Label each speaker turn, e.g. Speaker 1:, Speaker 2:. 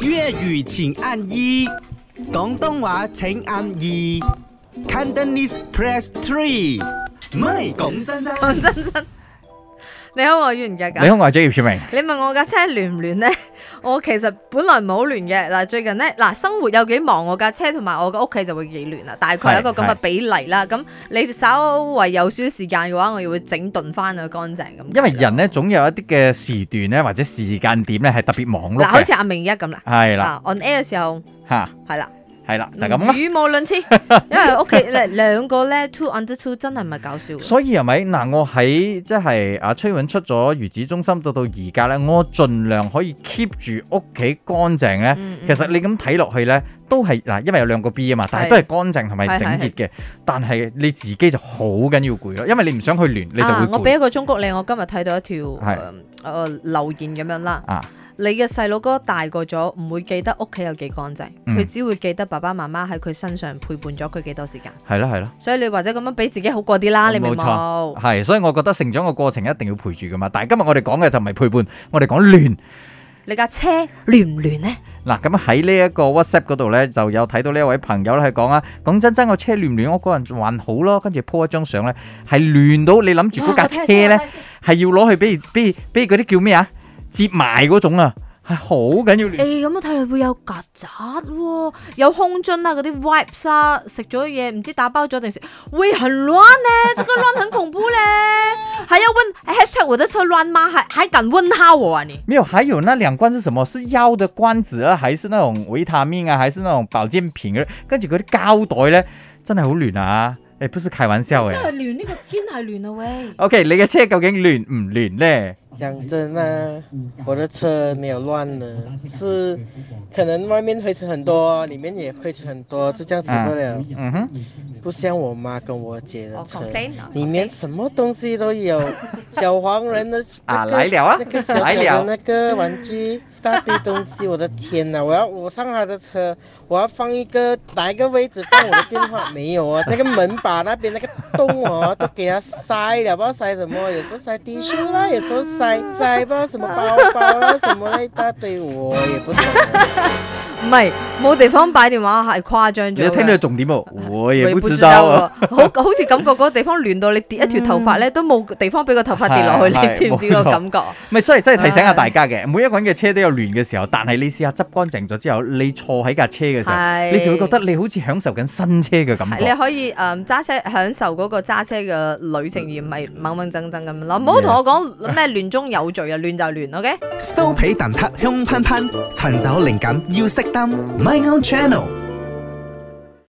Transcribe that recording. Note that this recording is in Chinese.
Speaker 1: 粤语请按一，广东话请按二，Cantonese press three。唔係講真真，
Speaker 2: 講真真，你好，我袁日
Speaker 3: 你
Speaker 2: 噶。
Speaker 3: 好，我係職業小明。
Speaker 2: 你問我架車亂唔亂呢？ 我其實本來唔好亂嘅。嗱，最近呢，嗱生活有幾忙，我架車同埋我嘅屋企就會幾亂啦。啊大概有一個咁嘅
Speaker 3: 係係
Speaker 2: 比例啦。咁你稍為有少少時間嘅話，我要會整頓翻佢乾淨咁。
Speaker 3: 因為人咧總有一啲嘅時段咧，或者時間點咧係特別忙碌
Speaker 2: 嗱，好
Speaker 3: 嘅
Speaker 2: 似。啊阿明而家咁啦，
Speaker 3: 係啦，
Speaker 2: 啊 on air 嘅時候
Speaker 3: 嚇
Speaker 2: 係啦，嗯
Speaker 3: 係啦，就係咁啦。
Speaker 2: 語無倫次，因為屋企 兩兩個咧 two under two 真係唔係搞笑嘅。
Speaker 3: 所以係咪嗱？我喺即係阿崔允出咗魚子中心到到而家咧，我盡量可以 keep 住屋企乾淨咧。
Speaker 2: 嗯嗯
Speaker 3: 其實你咁睇落去咧，都係嗱，因為有兩個 B 啊嘛，但係都係乾淨同埋整潔嘅。但係你自己就好緊要攰咯，因為你唔想去亂，你就會
Speaker 2: 啊！我俾
Speaker 3: 攰
Speaker 2: 一個忠告你，我今日睇到一條誒、
Speaker 3: 係
Speaker 2: 呃留言咁樣啦。
Speaker 3: 啊。
Speaker 2: 你嘅細佬哥大個咗，唔會記得屋企有幾乾淨，佢、
Speaker 3: 嗯
Speaker 2: 只會記得爸爸媽媽喺佢身上陪伴咗佢幾多時間。
Speaker 3: 係咯係咯。
Speaker 2: 所以你或者咁樣俾自己好過啲啊啦，你明
Speaker 3: 哦冇
Speaker 2: 冇？
Speaker 3: 係，所以我覺得成長嘅過程一定要陪住噶嘛。但係今日我哋講嘅就唔係陪伴，我哋講亂。
Speaker 2: 你架車亂唔亂呢？
Speaker 3: 嗱，咁喺呢一個 WhatsApp 嗰度咧，就有睇到呢一位朋友咧係講啊，講真真個車亂唔亂，我個人還好咯，跟住 po 一張相咧，係亂到你諗住
Speaker 2: 哦
Speaker 3: 嗰架車咧係要攞去俾俾俾嗰啲叫咩啊，接埋嗰種啊，係好緊要亂。
Speaker 2: 誒咁我睇嚟會哎有曱甴喎，有空樽啊，嗰啲 wipes 啊，食咗嘢唔知打包咗定食，會很亂 呢，這個亂很恐怖呢。還要問 hashtag 我的車亂嗎？還還敢問下我啊你？
Speaker 3: 沒有，還有那兩罐是什麼？是藥的罐子啊，還是那種維他命啊，還是那種保健品啊？跟住嗰啲膠袋咧，真係好亂啊！誒，不是開玩笑嘅。
Speaker 2: 亂呢個天係亂啊喂！
Speaker 3: OK，你嘅車究竟亂唔亂呢？
Speaker 4: 讲真啊，我的车没有乱的，是可能外面灰尘很多，里面也灰尘很多，就这样子不了。
Speaker 3: 嗯哼，
Speaker 4: 不像我妈跟我姐的
Speaker 2: 我
Speaker 4: 车，
Speaker 2: complain 啊
Speaker 4: 里面什么东西都有，小黄人的
Speaker 3: 啊
Speaker 4: 那
Speaker 3: 来
Speaker 4: 个
Speaker 3: 了啊
Speaker 4: 那个小
Speaker 3: 来
Speaker 4: 小
Speaker 3: 了
Speaker 4: 的那个玩具，大堆东西，我的天呐！我要我上他的车，我要放一个哪一个位置放我的电话？ 没有啊，那个门把那边那个洞哦，都给它塞了，不知道塞什么，有时候塞 T 恤啦，有时候塞塞不知道什么包包啦，什么那一大堆，我也不懂啊。
Speaker 2: 唔係冇地方擺電話係誇張
Speaker 3: 你
Speaker 2: 咗嘅。
Speaker 3: 有聽到重點喎，我
Speaker 2: 啊我
Speaker 3: 也
Speaker 2: 也
Speaker 3: 不
Speaker 2: 不
Speaker 3: 知
Speaker 2: 知
Speaker 3: 道
Speaker 2: 道
Speaker 3: 啊。
Speaker 2: 啊，好好似感覺嗰個地方亂到你跌一條頭髮
Speaker 3: 嗯
Speaker 2: 咧，都冇地方俾個頭髮跌落去，
Speaker 3: 係
Speaker 2: 你知唔知嗰個感覺啊？
Speaker 3: 咪所以真係提醒下大家嘅，每一個人嘅車都有亂嘅時候，但係你試下執乾淨咗之後，你坐喺架車嘅時候，
Speaker 2: 係
Speaker 3: 你就會覺得你好似享受緊新車嘅感
Speaker 2: 係你
Speaker 3: 覺。
Speaker 2: 可以誒揸車享受嗰個揸車嘅旅程，而唔
Speaker 3: 嗯
Speaker 2: 係掹掹掙掙咁樣咯。唔好同我講咩亂中有序啊，亂就亂，OK？
Speaker 1: 酥皮蛋撻香噴噴，尋找靈感要熄燈，My own channel，